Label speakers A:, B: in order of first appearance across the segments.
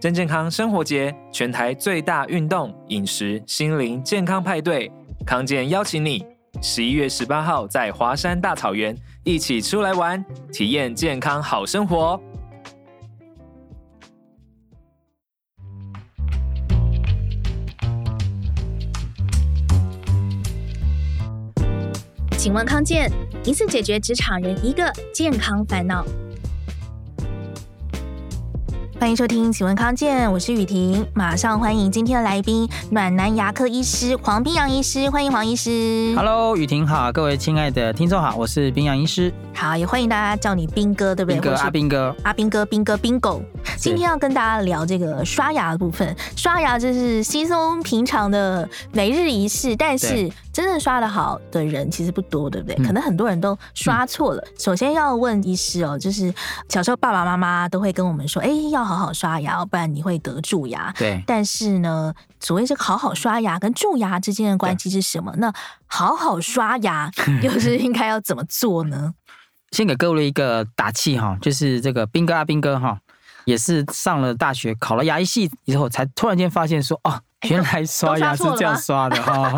A: 真健康生活节，全台最大运动、饮食、心灵健康派对，康健邀请你，十一月十八号在华山大草原一起出来玩，体验健康好生活。哦
B: 请问康健，一次解决职场人一个健康烦恼。
C: 欢迎收听《请问康健》，我是雨婷，马上欢迎今天的来宾——暖男牙科医师黄冰洋医师，欢迎黄医师。
D: Hello，雨婷好，各位亲爱的听众好，我是冰洋医师，
C: 好，也欢迎大家叫你冰哥，对不对？
D: 斌哥
C: 或者是
D: 阿斌哥，
C: 阿兵哥、兵哥、冰狗，今天要跟大家聊这个刷牙的部分。刷牙这是稀松平常的每日仪式，但是
D: 对
C: 真正刷得好的人其实不多，对不对？
D: 嗯
C: 可能很多人都刷错了。首先要问医师哦，就是小时候爸爸妈妈都会跟我们说，哎，要好好刷牙，不然你会得蛀牙。
D: 对
C: 但是呢，所谓这个好好刷牙跟蛀牙之间的关系是什么？那好好刷 牙又是应该要怎么做呢？
D: 先给各位一个打气哈，就是这个斌哥阿斌哥哈，也是上了大学，考了牙医系以后，才突然间发现说，哦，
C: 哎
D: 原来刷牙是这样刷 的哈，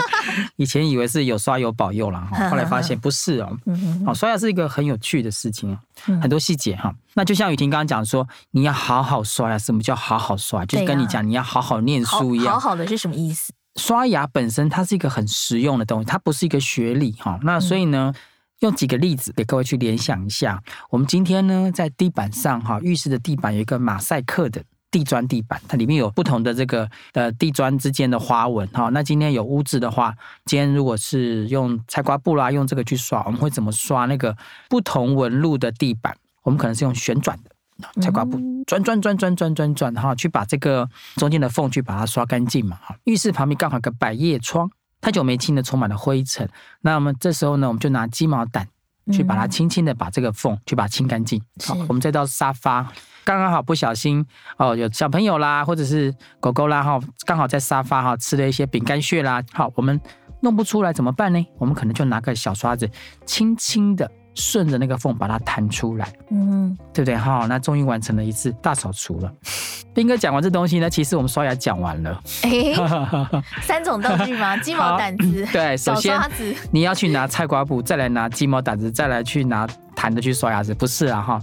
D: 以前以为是有刷有保佑啦，哈后来发现不是哦，
C: 嗯哼
D: 哦，刷牙是一个很有趣的事情哦，
C: 嗯
D: 很多细节哈。那就像雨婷刚刚讲说，你要好好刷牙，什么叫好好刷？就是跟你
C: 对啊
D: 讲，你要好好念
C: 好
D: 书一样
C: 好。好的是什么意思？
D: 刷牙本身它是一个很实用的东西，它不是一个学历哈。那所以呢，用几个例子给各位去联想一下。我们今天呢，在地板上哈，浴室的地板有一个马赛克的。地砖地板，它里面有不同的这个呃地砖之间的花纹哈、那今天有污渍的话，今天如果是用菜瓜布啦，用这个去刷，我们会怎么刷那个不同纹路的地板？我们可能是用旋转的菜瓜布
C: 嗯
D: 转转转转转转转哈，去把这个中间的缝去把它刷干净嘛哈。浴室旁边刚好有个百叶窗，太久没清的充满了灰尘，那么这时候呢，我们就拿鸡毛掸去把它轻轻的把这个缝去把它清干净。
C: 是
D: 好，我们再到沙发，刚刚好不小心哦，有小朋友啦，或者是狗狗啦哈，刚好在沙发哈吃了一些饼干屑啦，好，我们弄不出来怎么办呢？我们可能就拿个小刷子，轻轻的顺着那个缝把它弹出来。
C: 嗯，
D: 对不对？哈、那终于完成了一次大扫除了。斌哥讲完这东西呢，其实我们刷牙讲完了。、
C: 哎、三种道具 吗？鸡毛掸子
D: 对，
C: 小
D: 首先
C: 刷子，
D: 你要去拿菜瓜布，再来拿鸡毛掸子，再来去拿弹的去刷牙齿，不是 啊哈。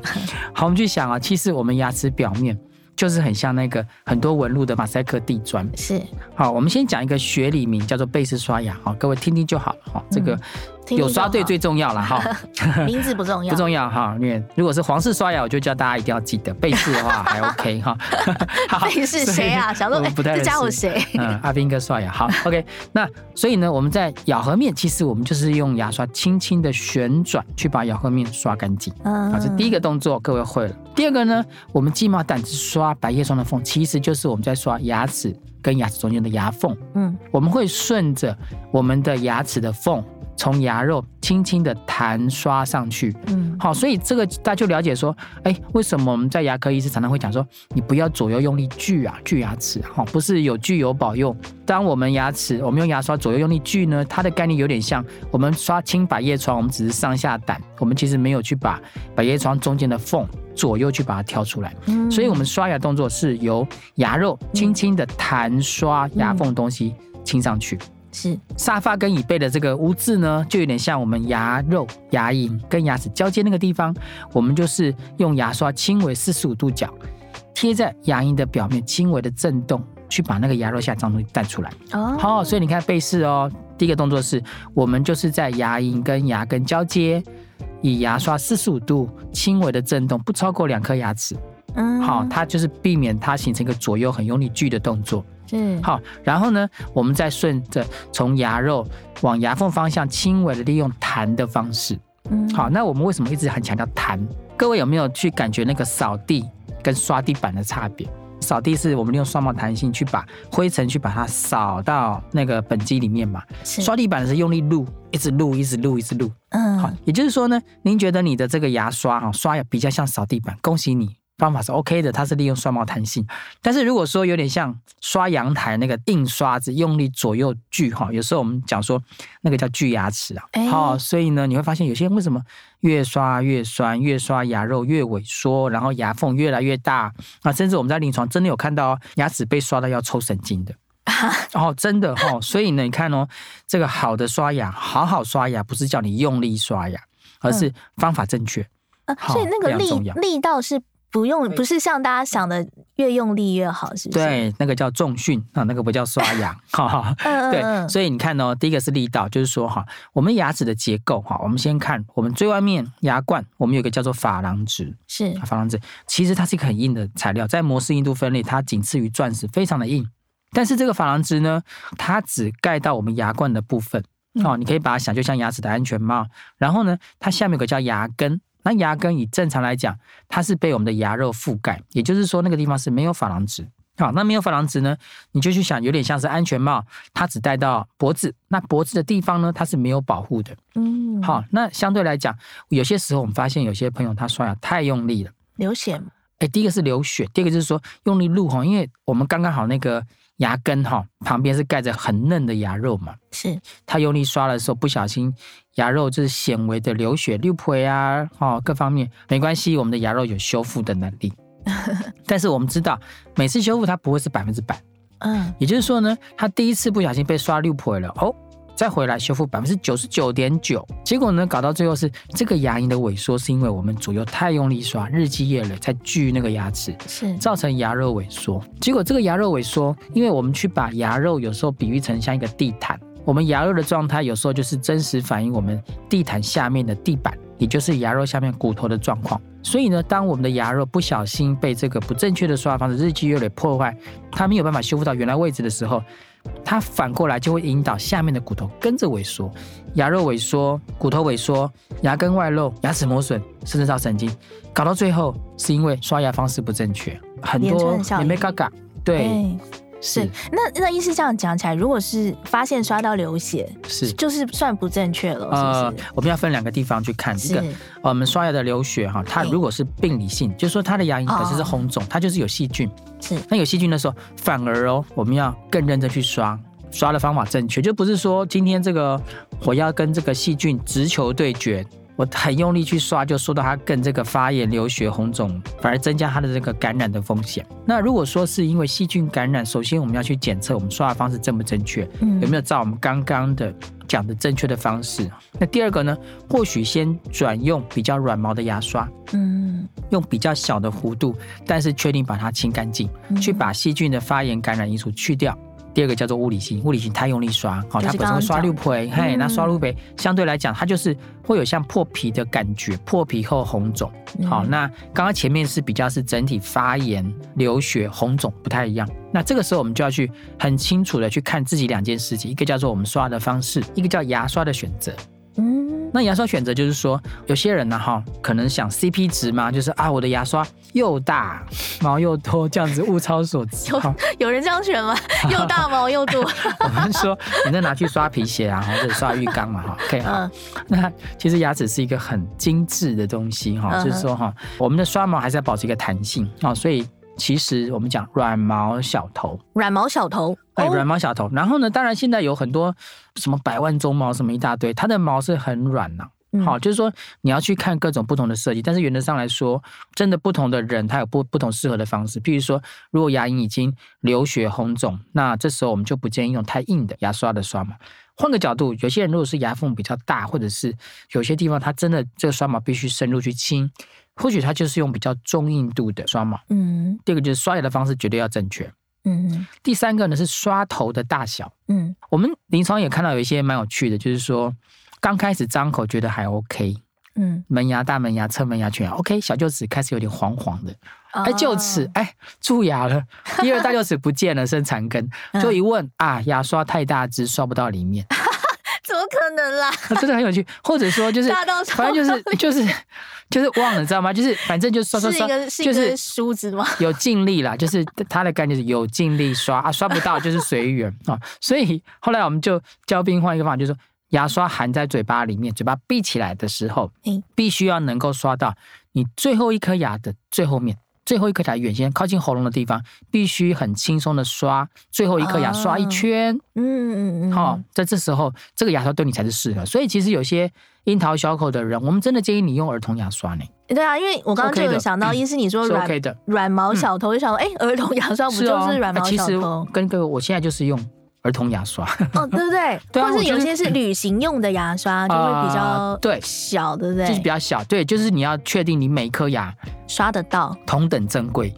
D: 好，我们去想啊，其实我们牙齿表面就是很像那个很多纹路的马赛克地砖。
C: 是
D: 好，我们先讲一个学理名，叫做贝氏刷牙。好，各位听听就好了哈。这个
C: 嗯听听就
D: 有刷对
C: 好
D: 最重要了哈。
C: 名字不重要， 嗯
D: 不重要哈，因为如果是皇室刷牙，我就叫大家一定要记得背式 的话还 OK 哈。好
C: 贝氏谁啊
D: 所以
C: 想说
D: 我们不太
C: 哎
D: 认识
C: 这家伙谁
D: 嗯，阿斌哥刷牙好 OK。那所以呢，我们在咬合面，其实我们就是用牙刷轻轻的旋转去把咬合面刷干净。
C: 嗯
D: 啊，这第一个动作各位会了。第二个呢，我们鸡毛掸子刷百叶窗的缝，其实就是我们在刷牙齿跟牙齿中间的牙缝。
C: 嗯，
D: 我们会顺着我们的牙齿的缝，从牙肉轻轻的弹刷上去。
C: 嗯
D: 好，所以这个大家就了解说，哎，为什么我们在牙科医师常常会讲说，你不要左右用力锯啊，锯牙齿哈、不是有锯有保佑。当我们牙齿，我们用牙刷左右用力锯呢，它的概念有点像我们刷清百叶窗，我们只是上下掸，我们其实没有去把百叶窗中间的缝左右去把它挑出来。
C: 嗯
D: 所以，我们刷牙动作是由牙肉轻轻的弹刷牙缝东西清上去。
C: 是
D: 沙发跟椅背的这个污渍呢，就有点像我们牙肉、牙龈跟牙齿交接那个地方，我们就是用牙刷轻微四十五度角贴在牙龈的表面，轻微的震动，去把那个牙肉下脏东西带出来。
C: 哦，
D: 好、所以你看背式哦，第一个动作是我们就是在牙龈跟牙根交接，以牙刷四十五度轻微的震动，不超过两颗牙齿。
C: 嗯
D: 好、它就是避免它形成一个左右很用力锯的动作。
C: 是
D: 好，然后呢，我们再顺着从牙肉往牙缝方向轻微的利用弹的方式。
C: 嗯
D: 好，那我们为什么一直很强调弹？各位有没有去感觉那个扫地跟刷地板的差别？扫地是我们利用双毛弹性去把灰尘去把它扫到那个本机里面嘛，
C: 是
D: 刷地板是用力撸，一直撸，一直撸，一直撸。
C: 嗯
D: 哦好，也就是说呢，您觉得你的这个牙刷哈、刷牙比较像扫地板，恭喜你，方法是 OK 的，它是利用刷毛弹性。但是如果说有点像刷阳台那个硬刷子，用力左右锯哈，有时候我们讲说那个叫锯牙齿啊，
C: 哎
D: 好、所以呢，你会发现有些人为什么越刷越酸，越刷牙肉越萎缩，然后牙缝越来越大啊，甚至我们在临床真的有看到哦牙齿被刷到要抽神 经的。哦，真的哦，所以呢，你看哦，这个好的刷牙，好好刷牙，不是叫你用力刷牙，而
C: 嗯
D: 是方法正确。
C: 呃，
D: 好
C: 所以那个
D: 非常重
C: 力
D: 要
C: 力道是不用，不是像大家想的越用力越好，是不是？，
D: 对，那个叫重训啊，那个不叫刷牙，哈哈。
C: 嗯，
D: 对，所以你看哦，第一个是力道，就是说哈，我们牙齿的结构哈，我们先看我们最外面牙冠，我们有一个叫做珐琅质，
C: 是
D: 珐琅质其实它是一个很硬的材料，在摩氏硬度分类，它仅次于钻石，非常的硬。但是这个珐琅质呢，它只盖到我们牙冠的部分哦，你可以把它想就像牙齿的安全帽，然后呢，它下面有个叫牙根。那牙根以正常来讲，它是被我们的牙肉覆盖，也就是说那个地方是没有珐琅质。好，那没有珐琅质呢，你就去想有点像是安全帽，它只戴到脖子，那脖子的地方呢，它是没有保护的。
C: 嗯，
D: 好，那相对来讲，有些时候我们发现有些朋友他刷牙太用力了。
C: 流血嘛，
D: 哎，第一个是流血，第二个就是说用力撸哈，因为我们刚刚好那个牙根哈旁边是盖着很嫩的牙肉嘛，
C: 是
D: 他用力刷的时候不小心牙肉就是纤维的流血、六皮啊，哦各方面没关系，我们的牙肉有修复的能力。但是我们知道，每次修复它不会是百分之百，
C: 嗯
D: 也就是说呢，他第一次不小心被刷六破了，哦，再回来修复百分之九十九点九，结果呢，搞到最后是这个牙龈的萎缩，是因为我们左右太用力刷，日积月累在锯那个牙齿，
C: 是
D: 造成牙肉萎缩。结果这个牙肉萎缩，因为我们去把牙肉有时候比喻成像一个地毯，我们牙肉的状态有时候就是真实反映我们地毯下面的地板，也就是牙肉下面骨头的状况。所以呢，当我们的牙肉不小心被这个不正确的刷牙方式日积月累破坏，它没有办法修复到原来位置的时候，它反过来就会引导下面的骨头跟着萎缩，牙肉萎缩、骨头萎缩、牙根外露、牙齿磨损，甚至到神经，搞到最后是因为刷牙方式不正确，很
C: 连
D: 多
C: 串效应
D: 没嘎嘎，对，
C: 哎
D: 是
C: 那那医师这样讲起来，如果是发现刷到流血，
D: 是。
C: 就是算不正确了，
D: 呃
C: 是不是？，
D: 我们要分两个地方去看。呃一个，
C: 是
D: 我们刷牙的流血哈，它
C: 嗯
D: 如果是病理性，就是说它的牙龈本身是
C: 哦
D: 红肿，它就是有细菌。
C: 是
D: 那有细菌的时候，反而哦，我们要更认真去刷，刷的方法正确，就不是说今天这个我要跟这个细菌直球对决，我很用力去刷，就说到它更这个发炎、流血、红肿，反而增加它的这个感染的风险。那如果说是因为细菌感染，首先我们要去检测我们刷的方式正不正确，
C: 嗯
D: 有没有照我们刚刚的。讲的正确的方式。那第二个呢，或许先转用比较软毛的牙刷，
C: 嗯
D: 用比较小的弧度，但是确定把它清干净，
C: 嗯
D: 去把细菌的发炎感染因素去掉。第二个叫做物理性，物理性太用力刷，好、哦，
C: 就
D: 它
C: 是
D: 本身会刷
C: 刚
D: 六
C: 刚
D: 培，嘿，
C: 嗯
D: 那刷六培相对来讲，它就是会有像破皮的感觉，破皮后红肿。好、
C: 嗯
D: 那刚刚前面是比较是整体发炎、流血、红肿不太一样。那这个时候我们就要去很清楚的去看自己两件事情，一个叫做我们刷的方式，一个叫牙刷的选择。
C: 嗯
D: 那牙刷选择就是说，有些人呢哈，可能想 CP 值嘛，就是啊，我的牙刷又大，毛又多，这样子物超所值。哈
C: 有人这样选吗？ 又大毛又多，
D: 我们说，你再拿去刷皮鞋啊， 或者刷浴缸嘛，哈，可以哈
C: 嗯。
D: 那其实牙齿是一个很精致的东西哈，
C: 嗯哼
D: 就是说哈，我们的刷毛还是要保持一个弹性啊，所以其实我们讲软毛小头。
C: 软毛小头，
D: 哎，
C: 哦
D: 软毛小头，然后呢？当然，现在有很多什么百万鬃毛什么一大堆，它的毛是很软呐、
C: 嗯
D: 好，就是说你要去看各种不同的设计，但是原则上来说，真的不同的人他有不不同适合的方式。譬如说，如果牙龈已经流血红肿，那这时候我们就不建议用太硬的牙刷的刷毛。换个角度，有些人如果是牙缝比较大，或者是有些地方他真的这个刷毛必须深入去清，或许他就是用比较中硬度的刷毛。
C: 嗯
D: 第二个就是刷牙的方式绝对要正确。
C: 嗯
D: 第三个呢是刷头的大小。
C: 嗯
D: 我们临床也看到有一些蛮有趣的，就是说刚开始张口觉得还 OK，
C: 嗯，
D: 门牙、大门牙、侧门牙、全牙。OK，小臼齿开始有点黄黄的，哎，臼齿
C: 哦，
D: 哎，蛀牙 了，第二大臼齿不见了，生残根。
C: 嗯
D: 就一问啊，牙刷太大只，刷不到里面，
C: 怎么可能啦？
D: 那真的很有趣。或者说就是
C: 大到，刷
D: 反正就是就是就是忘了，知道吗？就是反正就刷刷
C: 是一
D: 刷，
C: 个是一
D: 就
C: 个
D: 是
C: 梳子吗？
D: 有尽力啦，就是他的概念是有尽力刷啊，刷不到就是随缘啊。所以后来我们就教病换一个方法，就是说牙刷含在嘴巴里面，嘴巴闭起来的时候
C: 嗯，
D: 必须要能够刷到你最后一颗牙的最后面。最后一颗牙远先靠近喉咙的地方，必须很轻松的刷最后一颗牙，
C: 哦
D: 刷一圈，
C: 嗯嗯嗯，
D: 哈、在这时候这个牙刷对你才是适合。所以其实有些樱桃小口的人，我们真的建议你用儿童牙刷呢，
C: 对啊，因为我刚刚就
D: OK
C: 有
D: 的
C: 想到，
D: 嗯
C: 医师你说
D: 是
C: 软
D: OK 的。嗯
C: 软毛小头，就想到哎，儿童牙刷不就是软
D: 哎
C: 毛
D: 其
C: 小
D: 实
C: 头？
D: 跟各位，我现在就是用儿童牙刷，
C: 哦，对不对？
D: 对啊
C: 或
D: 我
C: 是
D: 觉
C: 有
D: 得
C: 些是旅行用的牙刷，就会比较
D: 啊对
C: 小，对不
D: 就是
C: 对
D: 比？较小，对，就是你要确定你每一颗牙
C: 刷得到，
D: 同等珍 贵，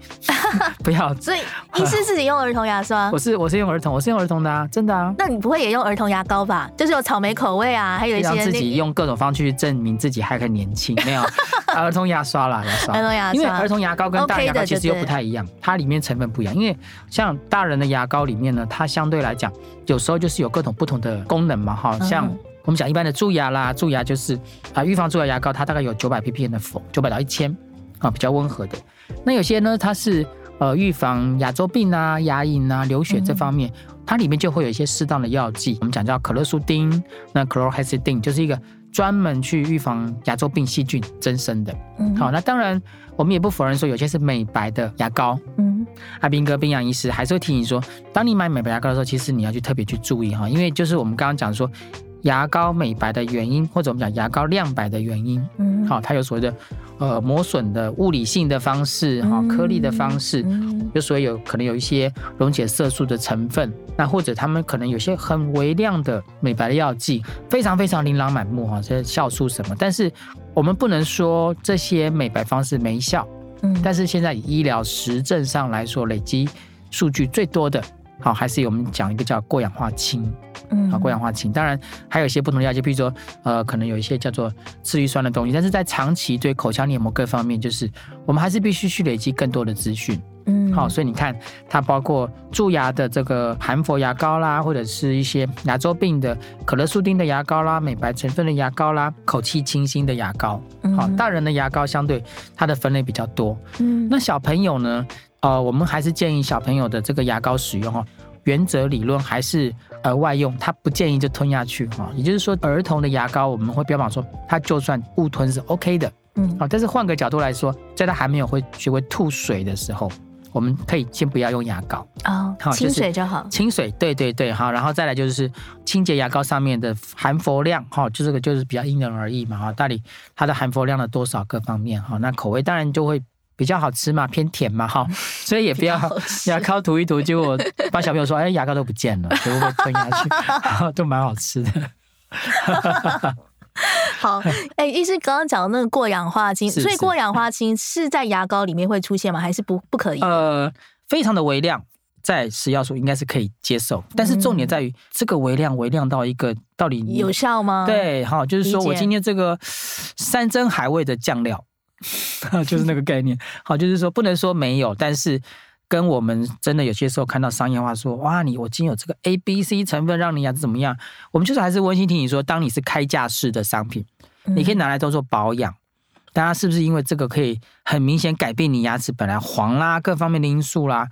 D: 不要。
C: 所以医师自己用儿童牙刷
D: 我。是我是用儿童，我是用儿童的啊，真的啊。
C: 那你不会也用儿童牙膏吧？就是有草莓口味啊，还有一些
D: 让
C: 那
D: 自己用各种方式去证明自己还很年轻，没有啊儿童牙刷啦，牙刷，
C: 儿童牙刷
D: 因为儿童牙膏跟大
C: 啊 OK
D: 人牙膏
C: 的
D: 其实
C: 就
D: 又
C: 对
D: 不太一样，它里面成分不一样。因为像大人的牙膏里面呢，它相对来讲有时候就是有各种不同的功能嘛，哈，
C: 嗯
D: 像。我们讲一般的蛀牙啦，蛀牙就是啊，预防蛀牙牙膏，它大概有九百 ppm 的氟，九百到一千啊，比较温和的。那有些呢，它是呃预防牙周病啊、牙龈啊、流
C: 嗯
D: 血这方面，它里面就会有一些适当的药剂，我们讲叫可乐苏丁，那 chlorhexidine 就是一个专门去预防牙周病细菌增生的。
C: 嗯
D: 好，那当然我们也不否认说有些是美白的牙膏，
C: 嗯
D: 阿斌哥、冰洋医师还是会提醒说，当你买美白牙膏的时候，其实你要去特别去注意哈，因为就是我们刚刚讲说。牙膏美白的原因，或者我们讲牙膏亮白的原因，
C: 嗯
D: 好、它有所谓的呃磨损的物理性的方式，哈、颗粒的方式，
C: 嗯
D: 就所以有可能有一些溶解色素的成分，那或者他们可能有些很微量的美白的药剂，非常非常琳琅满目哈，这些酵素什么，但是我们不能说这些美白方式没效，
C: 嗯
D: 但是现在以医疗实证上来说，累积数据最多的。好，还是有我们讲一个叫过氧化氢
C: 嗯
D: 啊，过氧化氢。当然还有一些不同的药剂，比如说呃，可能有一些叫做次氯酸的东西。但是在长期对口腔黏膜各方面，就是我们还是必须去累积更多的资讯。
C: 嗯
D: 好、所以你看，它包括蛀牙的这个含氟牙膏啦，或者是一些牙周病的可乐素丁的牙膏啦，美白成分的牙膏啦，口气清新的牙膏。好、
C: 嗯
D: 大人的牙膏相对它的分类比较多。
C: 嗯
D: 那小朋友呢？呃，我们还是建议小朋友的这个牙膏使用哦，原则理论还是额外用，它不建议就吞下去哈、也就是说，儿童的牙膏我们会标榜说，它就算误吞是 OK 的。
C: 嗯
D: 好，但是换个角度来说，在他还没有会学会吐水的时候，我们可以先不要用牙膏，
C: 哦
D: 好，就
C: 清
D: 是
C: 水就好，
D: 清水，对对对，好，然后再来就是清洁牙膏上面的含氟量，哈、就这个就是比较因人而异嘛，哈、到底它的含氟量的多少各方面，哈、那口味当然就会比较好吃嘛，偏甜 嘛，哈、所以也不要
C: 比较好吃
D: 牙膏涂一涂，结果帮小朋友说，哎，牙膏都不见了，结果被吞下 去，哈都蛮好吃的。
C: 好，哎、医师刚刚讲的那个过氧化氢，
D: 是
C: 所以
D: 是
C: 过氧化氢是在牙膏里面会出现吗？还是不不可以？
D: 呃，非常的微量，在食药署应该是可以接受，但是重点在于、这个微量微量到一个到底你
C: 有效吗？，
D: 对哈，就是说
C: 理解
D: 我今天这个山珍海味的酱料， 就是那个概念。好，就是说不能说没有，但是。跟我们真的有些时候看到商业化说，哇，你我今天有这个 A、B、C 成分，让你啊牙齿怎么样？我们就是还是温馨提醒说，当你是开架式的商品，
C: 嗯
D: 你可以拿来当做保养。大家是不是因为这个可以很明显改变你牙齿本来黄啦各方面的因素啦？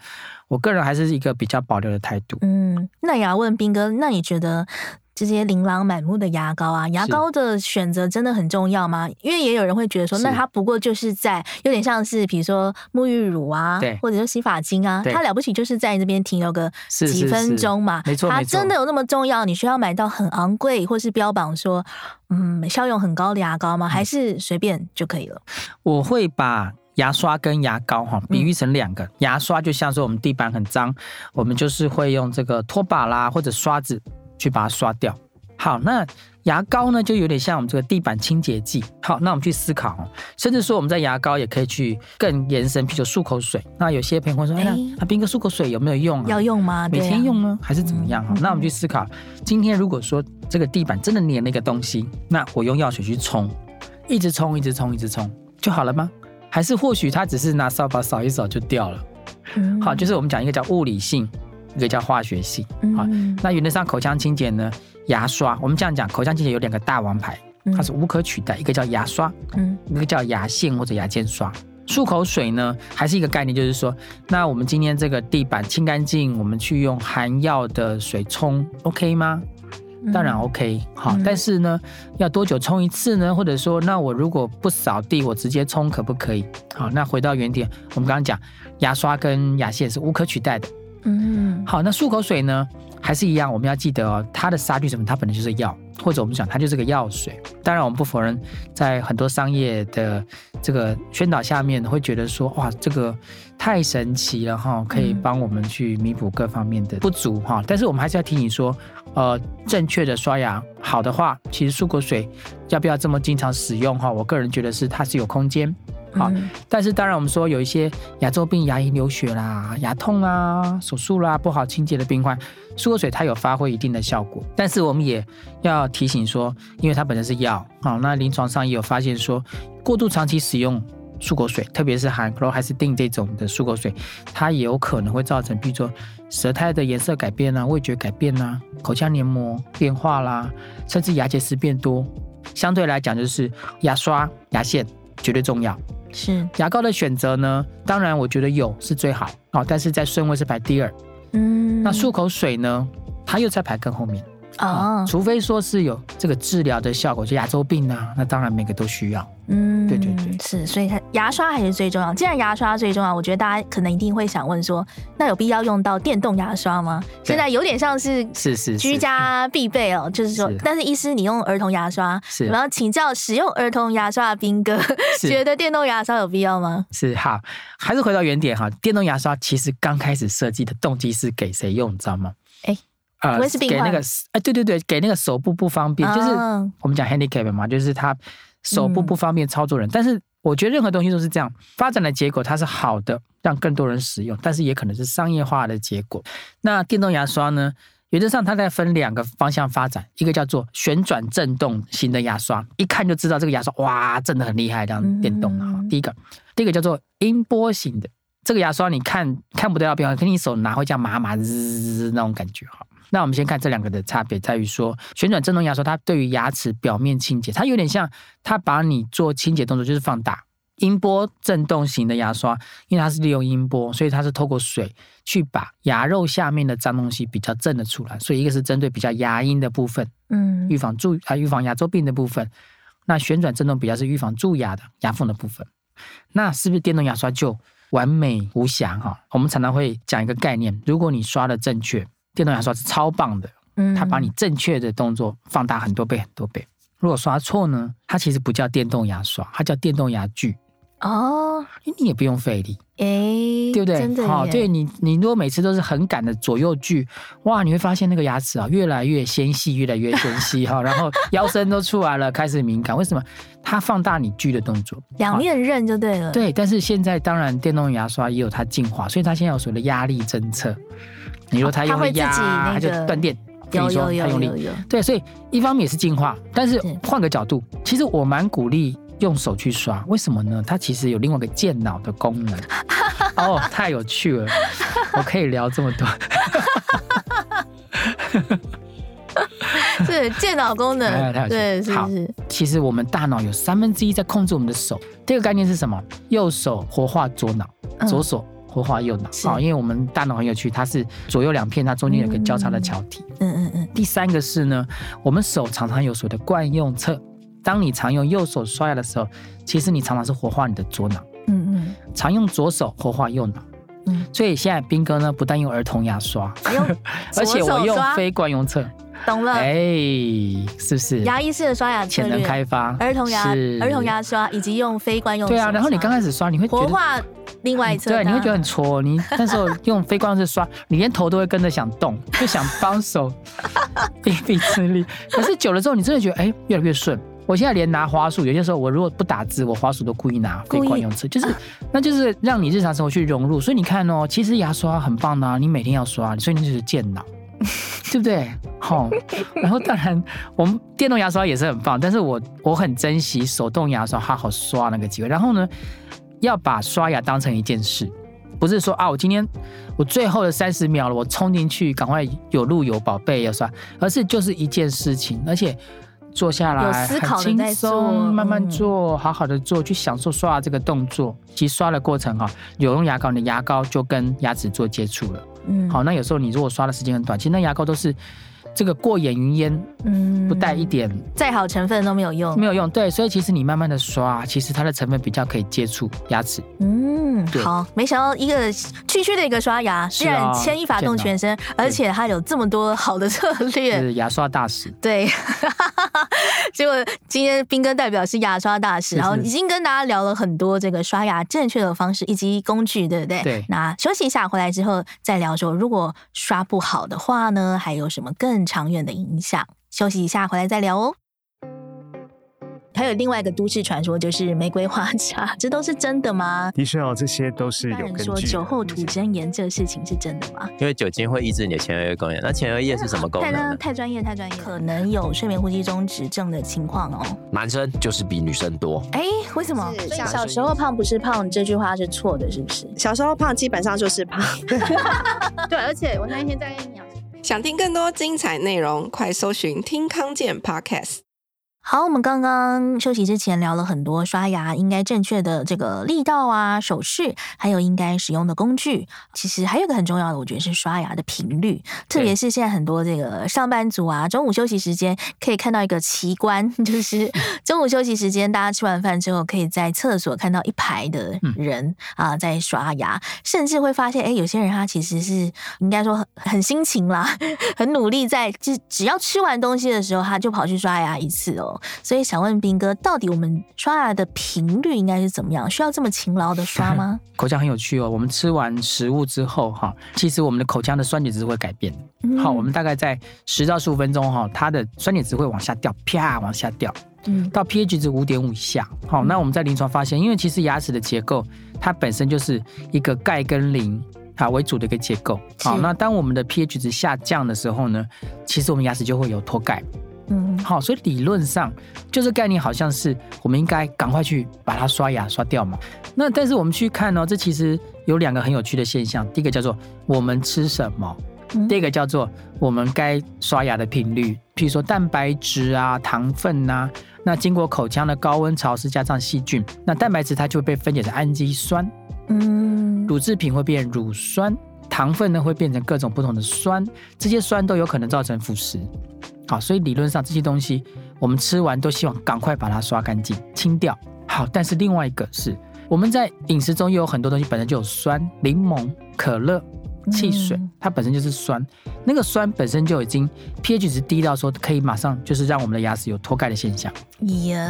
D: 我个人还是一个比较保留的态度。
C: 嗯，那也要问斌哥，那你觉得这些琳琅满目的牙膏啊，牙
D: 是
C: 膏的选择真的很重要吗？因为也有人会觉得说，
D: 是
C: 那它不过就是在有点像是比如说沐浴乳啊
D: 对，
C: 或者是洗发精啊，
D: 对
C: 它了不起就是在这边停留个
D: 是
C: 几
D: 是
C: 分
D: 是
C: 钟嘛，
D: 没错
C: 它
D: 没错
C: 真的有那么重要？你需要买到很昂贵或是标榜说嗯效用很高的牙
D: 嗯
C: 膏吗？还是随便就可以了？
D: 我会把牙刷跟牙膏哈
C: 嗯
D: 比喻成两个，牙刷就像说我们地板很脏，我们就是会用这个拖把啦或者刷子去把它刷掉。好，那牙膏呢就有点像我们这个地板清洁剂。好，那我们去思考哦，甚至说我们在牙膏也可以去更延伸，譬如漱口水。那有些朋友会说，哎呀
C: 哎，
D: 啊，斌哥漱口水有没有用、啊？
C: 要用吗？
D: 每
C: 对啊
D: 天用呢，还是怎么样？哈、啊
C: 嗯
D: 那我们去思考，今天如果说这个地板真的粘了一个东西，那我用药水去冲，一直冲，一直冲，一直冲就好了吗？还是或许它只是拿扫把扫一扫就掉了？
C: 嗯
D: 好，就是我们讲一个叫物理性，一个叫化学性。好
C: 嗯
D: 那原则上口腔清洁呢，牙刷，我们这样讲，口腔清洁有两个大王牌，它是无可取代，一个叫牙刷，
C: 嗯
D: 一个叫牙线或者牙间刷。漱口水呢，还是一个概念，就是说，那我们今天这个地板清干净，我们去用含药的水冲，OK 吗？当然哦 OK 好、
C: 嗯
D: 但是呢，要多久冲一次呢？或者说，那我如果不扫地，我直接冲可不可以？好，那回到原点，我们刚刚讲牙刷跟牙线是无可取代的。
C: 嗯
D: 好，那漱口水呢，还是一样，我们要记得哦，它的杀菌成分它本来就是药，或者我们讲它就是个药水。当然，我们不否认，在很多商业的这个宣导下面，会觉得说，哇，这个太神奇了哈，可以
C: 嗯
D: 帮我们去弥补各方面的不足哈。但是我们还是要提醒说，呃，正确的刷牙，好的话，其实漱口水要不要这么经常使用哈？我个人觉得是它是有空间。好，
C: 嗯
D: 但是当然，我们说有一些牙周病、牙龈流血啦、牙痛啦、手术啦、不好清洁的病患，漱口水它有发挥一定的效果。但是我们也要提醒说，因为它本身是药啊、好那临床上也有发现说，过度长期使用漱口水，特别是含 c h l o r h e x i d i n 这种的漱口水，它也有可能会造成，比如说舌苔的颜色改变啊、味觉改变啊、口腔黏膜变化啦，甚至牙结石变多。相对来讲，就是牙刷、牙线绝对重要。
C: 是，
D: 牙膏的选择呢，当然我觉得有是最好哦，但是在顺位是排第二。
C: 嗯
D: 那漱口水呢，它又在排更后面
C: 哦，
D: 除非说是有这个治疗的效果，就牙周病啊，那当然每个都需要。
C: 嗯，
D: 对对对
C: 是，所以它牙刷还是最重要。既然牙刷最重要，我觉得大家可能一定会想问说，那有必要用到电动牙刷吗？
D: 对
C: 现在有点像是
D: 是是是
C: 居家必备哦，就是说
D: 是，
C: 但是医师你用儿童牙刷，
D: 是
C: 我们要请教使用儿童牙刷的兵哥，
D: 是
C: 觉得电动牙刷有必要吗？
D: 是好，还是回到原点哈。电动牙刷其实刚开始设计的动机是给谁用，你知道吗？
C: 哎
D: 呃
C: 不会是病
D: 给那
C: 患
D: 个哎，对对对，给那个手部不方便，就是
C: 哦
D: 我们讲 handicap 嘛，就是他手部
C: 嗯
D: 不方便操作人。但是我觉得任何东西都是这样，发展的结果它是好的，让更多人使用，但是也可能是商业化的结果。那电动牙刷呢？原则上，它在分两个方向发展，一个叫做旋转震动型的牙刷，一看就知道这个牙刷哇震得很厉害，这样电动的哈。
C: 嗯
D: 第一个，第一个叫做音波型的，这个牙刷你看看不到变化，可你手拿会这样麻麻滋滋滋滋那种感觉哈。那我们先看这两个的差别，在于说旋转振动牙刷，它对于牙齿表面清洁，它有点像它把你做清洁动作就是放大。音波振动型的牙刷，因为它是利用音波，所以它是透过水去把牙肉下面的脏东西比较震得出来。所以一个是针对比较牙龈的部分，
C: 嗯
D: 预防蛀啊预防牙周病的部分。那旋转振动比较是预防蛀牙的牙缝的部分。那是不是电动牙刷就完美无瑕哈？我们常常会讲一个概念，如果你刷的正确，电动牙刷是超棒的，
C: 嗯
D: 它把你正确的动作放大很多倍很多倍。如果刷错呢，它其实不叫电动牙刷，它叫电动牙具，
C: 哦，
D: 你也不用费力。
C: 诶，
D: 对不对？
C: 真的
D: 好、
C: 耶
D: 对你，你如果每次都是很赶的左右锯，哇，你会发现那个牙齿啊越来越纤细，越来越纤细哈、然后腰身都出来了，开始敏感。为什么？它放大你锯的动作。
C: 两面刃就对了。，
D: 对，但是现在当然电动牙刷也有它进化，所以它现在有所谓的压力侦测。你说它
C: 哦它
D: 用
C: 会
D: 力
C: 自己
D: 压，
C: 那
D: 它就
C: 个
D: 断电。跟
C: 有
D: 你说
C: 有
D: 它
C: 有
D: 用力
C: 有 有，
D: 对，所以一方面也是进化，但是
C: 是
D: 换个角度，其实我蛮鼓励用手去刷，为什么呢？它其实有另外一个健脑的功能。哦，太有趣了，我可以聊这么多。
C: 是健脑功
D: 哎太
C: 能，
D: 有趣
C: 对，是
D: 好
C: 不是？
D: 其实我们大脑有三分之一在控制我们的手，这个概念是什么？右手活化左脑，
C: 嗯
D: 左手活化右脑。
C: 是
D: 好、因为我们大脑很有趣，它是左右两片，它中间有一个交叉的桥体。
C: 嗯嗯嗯，
D: 第三个是呢，我们手常常有所谓的惯用侧。当你常用右手刷牙的时候，其实你常常是活化你的左脑，
C: 嗯
D: 常用左手活化右脑。
C: 嗯
D: 所以现在斌哥呢，不但用儿童 牙刷，
C: 嗯，用
D: 而且
C: 左手
D: 我用
C: 刷
D: 非惯用侧，
C: 懂了。
D: 哎、是不是？
C: 牙医式的刷牙策
D: 潜能
C: 略，
D: 开发，
C: 儿童牙
D: 是
C: 儿童牙刷以及用非惯用
D: 对啊。
C: 手
D: 然后你
C: 刷
D: 刚开始刷，你会觉
C: 活
D: 得嗯
C: 化另外一侧，
D: 对，啊你会觉得很挫。你那时候用非惯用式刷，你连头都会跟着想动，就想帮手一 臂之力。可是久了之后，你真的觉得哎、越来越顺。我现在连拿花束，有些时候我如果不打字，我花束都故意拿非
C: 故意
D: 惯用词，就是那就是让你日常生活去融入。所以你看哦，其实牙刷很棒的、啊，你每天要刷，所以那就是健脑。 对不对？好、然后当然，我们电动牙刷也是很棒，但是我我很珍惜手动牙刷，好好刷那个机会。然后呢，要把刷牙当成一件事，不是说啊，我今天我最后的三十秒了，我冲进去赶快有路有宝贝要刷，而是就是一件事情，而且坐下来
C: 有思考地
D: 很
C: 在做
D: 轻松，慢慢
C: 嗯
D: 做，好好的做，去享受刷牙这个动作及刷的过程哈、有用牙膏，你的牙膏就跟牙齿做接触了。
C: 嗯
D: 好，那有时候你如果刷的时间很短，其实那牙膏都是这个过眼云烟，
C: 嗯
D: 不带一点
C: 再好成分都没有用
D: 没。有用。对，所以其实你慢慢的刷，其实它的成分比较可以接触牙齿。
C: 嗯，
D: 对
C: 好，没想到一个区区的一个刷牙，
D: 是
C: 居然
D: 啊
C: 牵一发
D: 见
C: 动
D: 到
C: 全身，而且它有这么多好的策略。
D: 是牙刷大使。
C: 对， 结果今天斌哥代表是牙刷大
D: 是
C: 使，
D: 是
C: 然后已经跟大家聊了很多这个刷牙正确的方式以及工具，对不对？
D: 对
C: 那休息一下，回来之后再聊说，如果刷不好的话呢，还有什么更长远的影响？休息一下，回来再聊哦。还有另外一个都市传说，就是玫瑰花茶，这都是真的吗？
E: 的确哦，这些都是
C: 大
E: 有
C: 人
E: 根
C: 说
E: 据
C: 酒
E: 的。
C: 后吐真言这事情是真的吗？
F: 因为酒精会抑制你的前额叶功能。那前额叶是什么功
B: 太
F: 能
B: 专
F: 呢？
B: 太专业，太专业了。
C: 可能有睡眠呼吸中止症的情况哦。
G: 男生就是比女生多。
C: 哎，为什么？
H: 是
C: 所以
H: 小
C: 小时候胖不是胖这句话是错的，是不是？
H: 小时候胖，基本上就是胖。
B: 对，而且我那一天在跟你讲。
I: 想听更多精彩内容，快搜寻“听康健 Podcast”。
C: 好，我们刚刚休息之前聊了很多刷牙应该正确的这个力道啊、手势，还有应该使用的工具。其实还有一个很重要的，我觉得是刷牙的频率，特别是现在很多这个上班族啊，中午休息时间可以看到一个奇观， 就是中午休息时间大家吃完饭之后，可以在厕所看到一排的人啊、在刷牙，甚至会发现，哎，有些人他其实是应该说很很辛勤啦，很努力在，只只要吃完东西的时候，他就跑去刷牙一次哦。所以想问斌哥，到底我们刷牙的频率应该是怎么样？需要这么勤劳的刷吗？
D: 口腔很有趣哦，我们吃完食物之后哈，其实我们的口腔的酸碱值会改变。
C: 嗯
D: 好，我们大概在十到十五分钟哈，它的酸碱值会往下掉，啪往下掉，
C: 嗯
D: 到 pH 值五点五以下。好，那我们在临床发现，因为其实牙齿的结构它本身就是一个钙跟磷啊为主的一个结构。好，
C: 是
D: 那当我们的 pH 值下降的时候呢，其实我们牙齿就会有脱钙。
C: 嗯
D: 好，所以理论上就是概念好像是我们应该赶快去把它刷牙刷掉嘛。那但是我们去看哦，这其实有两个很有趣的现象，第一个叫做我们吃什么，
C: 嗯
D: 第二个叫做我们该刷牙的频率，譬如说蛋白质啊、糖分啊。那经过口腔的高温潮湿加上细菌，那蛋白质它就会被分解成氨基酸，
C: 嗯
D: 乳制品会变乳酸，糖分呢会变成各种不同的酸，这些酸都有可能造成腐蚀。好，所以理论上这些东西我们吃完都希望赶快把它刷干净、清掉。好，但是另外一个是我们在饮食中又有很多东西本身就有酸，柠檬、可乐、汽水
C: 嗯，
D: 它本身就是酸，那个酸本身就已经 pH 值低到说可以马上就是让我们的牙齿有脱钙的现象。
C: 耶，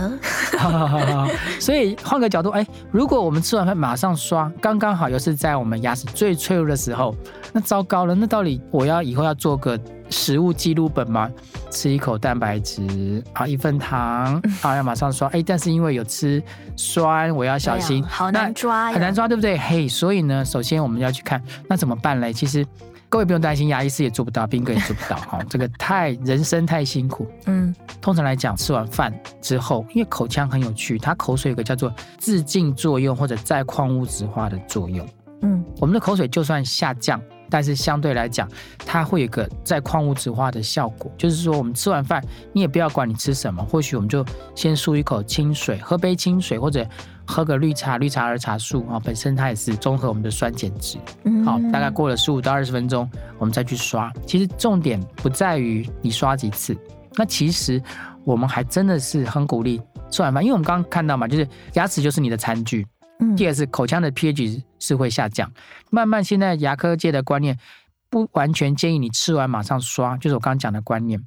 D: 所以换个角度，哎、如果我们吃完饭马上刷，刚刚好又是在我们牙齿最脆弱的时候，那糟糕了。那到底我要以后要做个食物记录本吗？吃一口蛋白质啊，一份糖 啊，要马上刷。哎、但是因为有吃酸，我要小心。
C: 对啊好
D: 那
C: 难抓呀
D: 很难抓，对不对？嘿，所以呢，首先我们要去看，那怎么办嘞？其实。各位不用担心，牙医师也做不到，斌哥也做不到，哈、这个太人生太辛苦。
C: 嗯
D: 通常来讲，吃完饭之后，因为口腔很有趣，它口水有个叫做自净作用或者再矿物质化的作用。
C: 嗯
D: 我们的口水就算下降，但是相对来讲，它会有一个再矿物质化的效果。就是说，我们吃完饭，你也不要管你吃什么，或许我们就先漱一口清水，喝杯清水，或者喝个绿茶、绿茶儿茶素啊、本身它也是综合我们的酸碱值。
C: 嗯，
D: 好，大概过了十五到二十分钟，我们再去刷。其实重点不在于你刷几次，那其实我们还真的是很鼓励吃完饭，因为我们刚刚看到嘛，就是牙齿就是你的餐具。
C: 嗯
D: 第二是口腔的 pH 是会下降，慢慢现在牙科界的观念不完全建议你吃完马上刷，就是我刚刚讲的观念。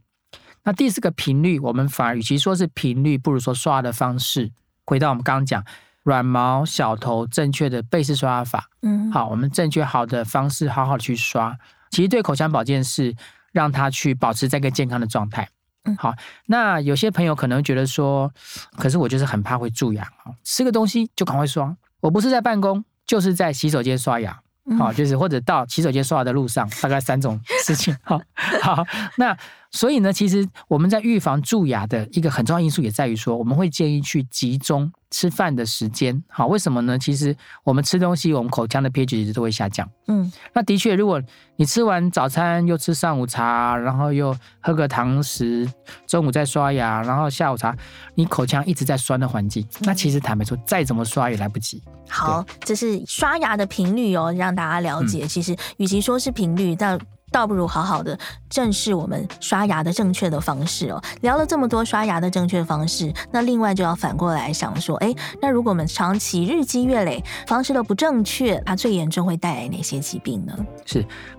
D: 那第四个频率，我们反而与其说是频率，不如说刷的方式。回到我们刚刚讲软毛、小头正确的背式刷牙法，
C: 嗯，
D: 好，我们正确好的方式，好好地去刷。其实对口腔保健是让它去保持在一个健康的状态。
C: 嗯
D: 好，那有些朋友可能会觉得说，可是我就是很怕会蛀牙啊，吃个东西就赶快刷。我不是在办公，就是在洗手间刷牙。
C: 嗯
D: 好、就是或者到洗手间刷牙的路上，大概三种事情。 好，好，那所以呢，其实我们在预防蛀牙的一个很重要因素也在于说，我们会建议去集中吃饭的时间。好，为什么呢？其实我们吃东西，我们口腔的 pH 值都会下降。
C: 嗯
D: 那的确，如果你吃完早餐又吃上午茶，然后又喝个糖食，中午再刷牙，然后下午茶，你口腔一直在酸的环境，那其实坦白说，再怎么刷也来不及。嗯
C: 好，这是刷牙的频率哦，让大家了解，其实与其说是频率，但倒不如好好的正视我们刷牙的正确的方式哦。聊了这么多刷牙的正确方式，那另外就要反过来想说，哎，那如果我们长期日积月累方式都不正确，它最严重会带来哪些疾病呢？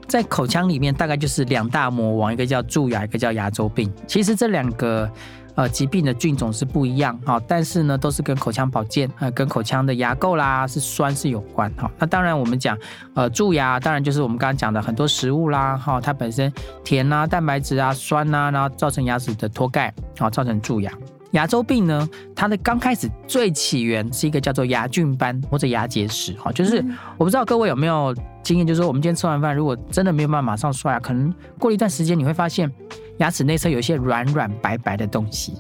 D: 在口腔里面大概就是两大魔王，一个叫蛀牙，一个叫牙周病。其实这两个呃疾病的菌种是不一样啊、但是呢都是跟口腔保健呃跟口腔的牙垢啦是酸是有关哈、那当然我们讲呃蛀牙，当然就是我们刚刚讲的很多食物啦哈、它本身甜啊、蛋白质啊、酸啊，然后造成牙齿的脱钙，啊、造成蛀牙。牙周病呢，它的刚开始最起源是一个叫做牙菌斑或者牙结石，哈，就是
C: 嗯
D: 我不知道各位有没有经验，就是说我们今天吃完饭，如果真的没有办法马上刷牙，可能过了一段时间，你会发现牙齿内侧有一些软软白白的东西，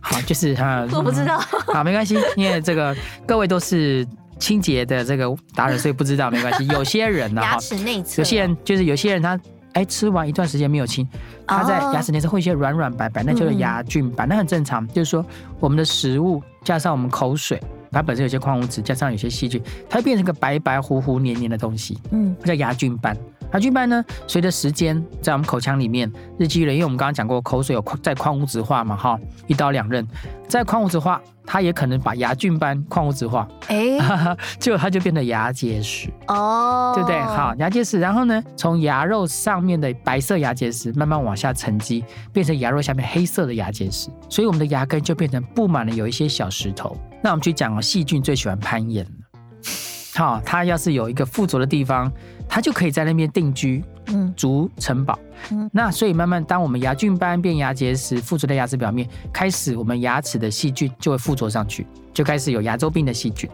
D: 好，就是呃 哈，
C: 我不知道，
D: 好，没关系，因为这个各位都是清洁的这个达人，所以不知道没关系。有些人呢、
C: 牙
D: 哈
C: 齿内侧
D: 有些人就是有些人他哎吃完一段时间没有清，他在
C: 哦
D: 牙齿内侧会有一些软软白白，那就是
C: 嗯
D: 牙菌斑，那很正常。就是说我们的食物加上我们口水，它本身有些矿物质，加上有些细菌，它会变成一个白白糊糊黏黏的东西，
C: 嗯
D: 它叫牙菌斑。牙菌斑呢，随着时间在我们口腔里面日积月累，因为我们刚刚讲过，口水有矿在矿物质化嘛，哈，一刀两刃，在矿物质化，它也可能把牙菌斑矿物质化，
C: 哎、
D: 结果它就变得牙结石。
C: 哦，
D: 对不对？好，，牙结石，然后呢，从牙肉上面的白色牙结石慢慢往下沉积，变成牙肉下面黑色的牙结石，所以我们的牙根就变成布满了有一些小石头。那我们去讲哦，细菌最喜欢攀岩了。好，它要是有一个附着的地方，它就可以在那边定居，
C: 嗯
D: 筑城堡。
C: 嗯
D: 那所以慢慢，当我们牙菌斑变牙结石附着在牙齿表面，开始我们牙齿的细菌就会附着上去，就开始有牙周病的细菌。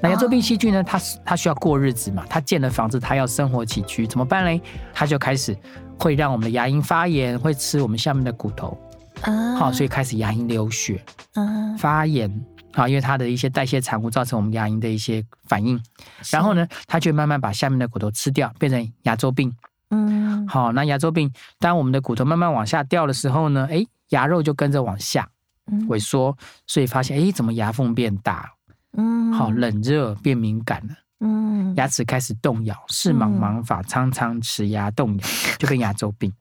D: 那牙周病细菌呢？它它需要过日子嘛，它建了房子，它要生活起居，怎么办嘞？它就开始会让我们的牙龈发炎，会吃我们下面的骨头，
C: 啊
D: 好、所以开始牙龈流血、
C: 嗯
D: 发炎啊，因为它的一些代谢产物造成我们牙龈的一些反应，然后呢，它就慢慢把下面的骨头吃掉，变成牙周病。
C: 嗯，
D: 好，那牙周病，当我们的骨头慢慢往下掉的时候呢，诶，牙肉就跟着往下
C: 嗯
D: 萎缩，所以发现诶，怎么牙缝变大？
C: 嗯
D: 好，，冷热变敏感了，
C: 嗯，
D: 牙齿开始动摇，视盲盲法，常常齿牙动摇，就变牙周病。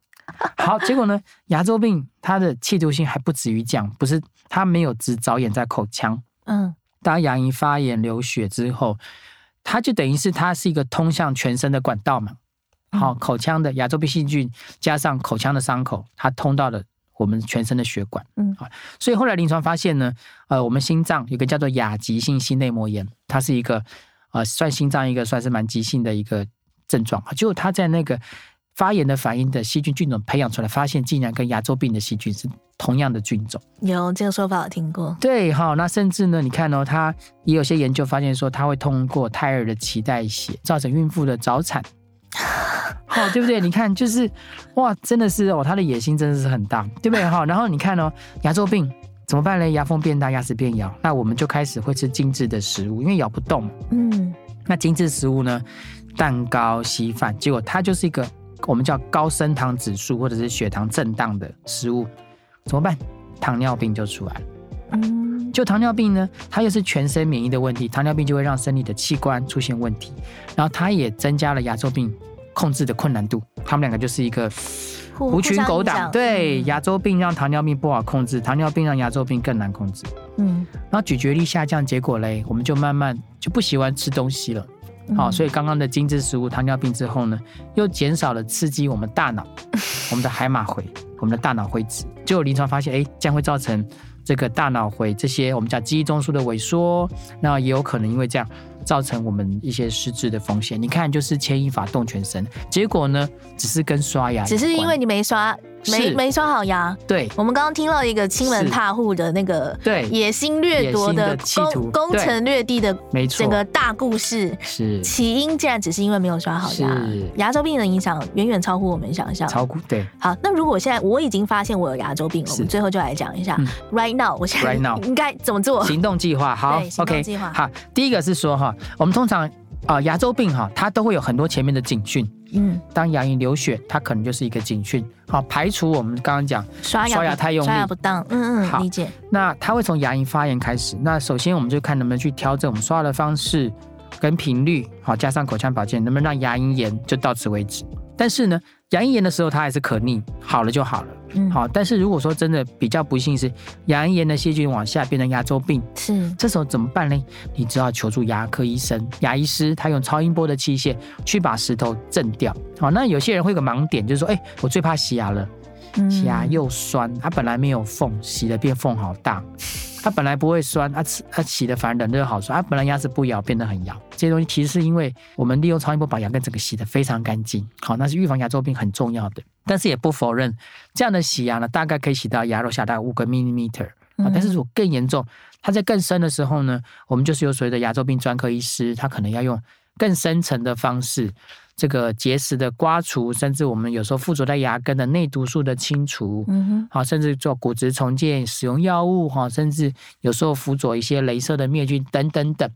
D: 好，结果呢，牙周病它的气毒性还不止于这样，不是它没有只着眼在口腔，
C: 嗯
D: 当牙龈发炎流血之后，它就等于是它是一个通向全身的管道嘛。好，口腔的牙周病细菌加上口腔的伤口，它通到了我们全身的血管。
C: 嗯
D: 好，所以后来临床发现呢，呃，我们心脏有个叫做亚急性心内膜炎，它是一个呃算心脏一个算是蛮急性的一个症状。结果它在那个发炎的反应的细菌菌种培养出来，发现竟然跟牙周病的细菌是同样的菌种。
C: 有这个说法我听过，
D: 对，好，那甚至呢，你看哦，它也有些研究发现说，它会通过胎儿的脐带血造成孕妇的早产。好，对不对？你看，就是哇，真的是哦，他的野心真的是很大，对不对？好，然后你看哦，牙周病怎么办呢？牙缝变大，牙齿变咬，那我们就开始会吃精致的食物，因为咬不动嘛。
C: 嗯
D: 那精致食物呢，蛋糕、稀饭，结果它就是一个我们叫高升糖指数或者是血糖震荡的食物，怎么办？糖尿病就出来了。
C: 嗯
D: 就糖尿病呢，它又是全身免疫的问题，糖尿病就会让身体的器官出现问题，然后它也增加了牙周病控制的困难度，他们两个就是一个
C: 互
D: 狐群狗
C: 互相影
D: 党。
C: 响
D: 对，
C: 嗯
D: 牙周病让糖尿病不好控制，糖尿病让牙周病更难控制。
C: 嗯
D: 然后咀嚼力下降，结果嘞，我们就慢慢就不喜欢吃东西了。好、
C: 嗯
D: 所以刚刚的精致食物、糖尿病之后呢，又减少了刺激我们 大脑、我们的海马回、我们的大脑灰质。就有临床发现，哎，将会造成这个大脑回这些我们叫记忆中枢的萎缩，那也有可能因为这样造成我们一些失智的风险。你看，就是牵一发动全身，结果呢，只是跟刷牙有关，
C: 只是因为你没刷没
D: 是
C: 没刷好牙，
D: 对
C: 我们刚刚听到一个亲门
D: 是
C: 踏户的那个
D: 对
C: 野心掠夺
D: 野
C: 的
D: 心的企
C: 攻
D: 图
C: 攻
D: 对
C: 城略地的
D: 没错
C: 整个大故事。
D: 是
C: 起因竟然只是因为没有刷好牙
D: 是，
C: 牙周病的影响远远超乎我们想象。
D: 炒股对。
C: 好，那如果现在我已经发现我有牙周病了，我们
D: 是
C: 最后就来讲一下、
D: 嗯
C: right now，我现在
D: Right now
C: 应该怎么做？
D: 行动计划，好
C: 对行动
D: ，OK，
C: 计划
D: 好。第一个是说哈，我们通常啊牙周病哈，它都会有很多前面的警讯。
C: 嗯，
D: 当牙龈流血，它可能就是一个警讯，好排除我们刚刚讲，
C: 刷牙
D: 刷牙
C: 不
D: 太用力
C: 刷牙不当，嗯嗯，
D: 好
C: 理解。
D: 那它会从牙龈发炎开始。那首先我们就看能不能去调整我们刷牙的方式跟频率，好加上口腔保健，能不能让牙龈炎就到此为止。但是呢，牙龈炎的时候它还是可逆，好了就好了。
C: 嗯，
D: 好，但是如果说真的比较不幸是牙龈炎的细菌往下变成牙周病，
C: 是
D: 这时候怎么办呢？你只好求助牙科医生，牙医师他用超音波的器械去把石头震掉。好，那有些人会有个盲点，就是说，哎、我最怕洗牙了，洗牙
C: 嗯
D: 又酸，它本来没有缝，洗了变缝好大。它本来不会酸，它吃它洗的反而冷热好酸，它啊本来牙齿不咬变得很咬。这些东西其实是因为我们利用超音波把牙根整个洗得非常干净，好，那是预防牙周病很重要的。但是也不否认，这样的洗牙呢，大概可以洗到牙肉下大概五个 millimeter。啊，
C: 嗯
D: 但是如果更严重，它在更深的时候呢，我们就是有所谓的牙周病专科医师，他可能要用更深层的方式，这个结石的刮除，甚至我们有时候附着在牙根的内毒素的清除，
C: 嗯哼，
D: 好，甚至做骨质重建，使用药物哈，甚至有时候辅佐一些镭射的灭菌等等等，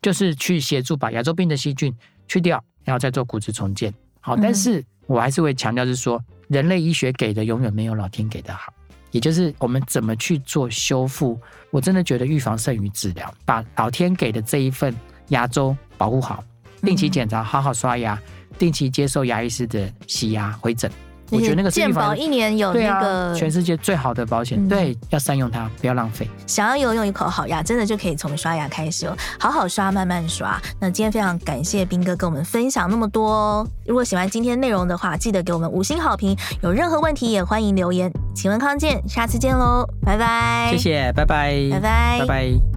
D: 就是去协助把牙周病的细菌去掉，然后再做骨质重建。好，但
C: 嗯
D: 是我还是会强调是说，人类医学给的永远没有老天给的好。也就是我们怎么去做修复，我真的觉得预防胜于治疗，把老天给的这一份牙周保护好，定期
C: 嗯
D: 检查，好好刷牙，定期接受牙医师的洗牙回诊。我
C: 而
D: 觉
C: 且
D: 得那个是
C: 健
D: 预防
C: 保一年有
D: 对
C: 哦那
D: 啊，
C: 个，
D: 全世界最好的保险，
C: 嗯
D: 对，要善用它，不要浪费。
C: 想要拥有一口好牙，真的就可以从刷牙开始哦，好好刷，慢慢刷。那今天非常感谢斌哥跟我们分享那么多哦。如果喜欢今天内容的话，记得给我们五星好评。有任何问题也欢迎留言。请问康健，下次见喽，拜拜，
D: 谢，谢，拜拜，
C: 哎拜拜，
D: 拜拜